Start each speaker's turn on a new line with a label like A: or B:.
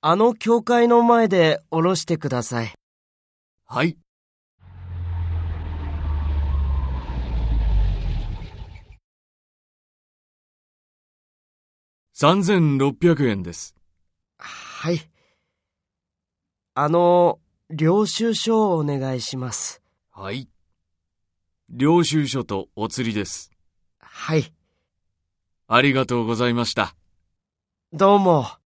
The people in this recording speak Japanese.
A: あの教会の前で降ろしてください。
B: はい。3600円です。
A: はい。あの、領収書をお願いします。
B: はい。領収書とお釣りです。
A: はい。
B: ありがとうございました。
A: どうも。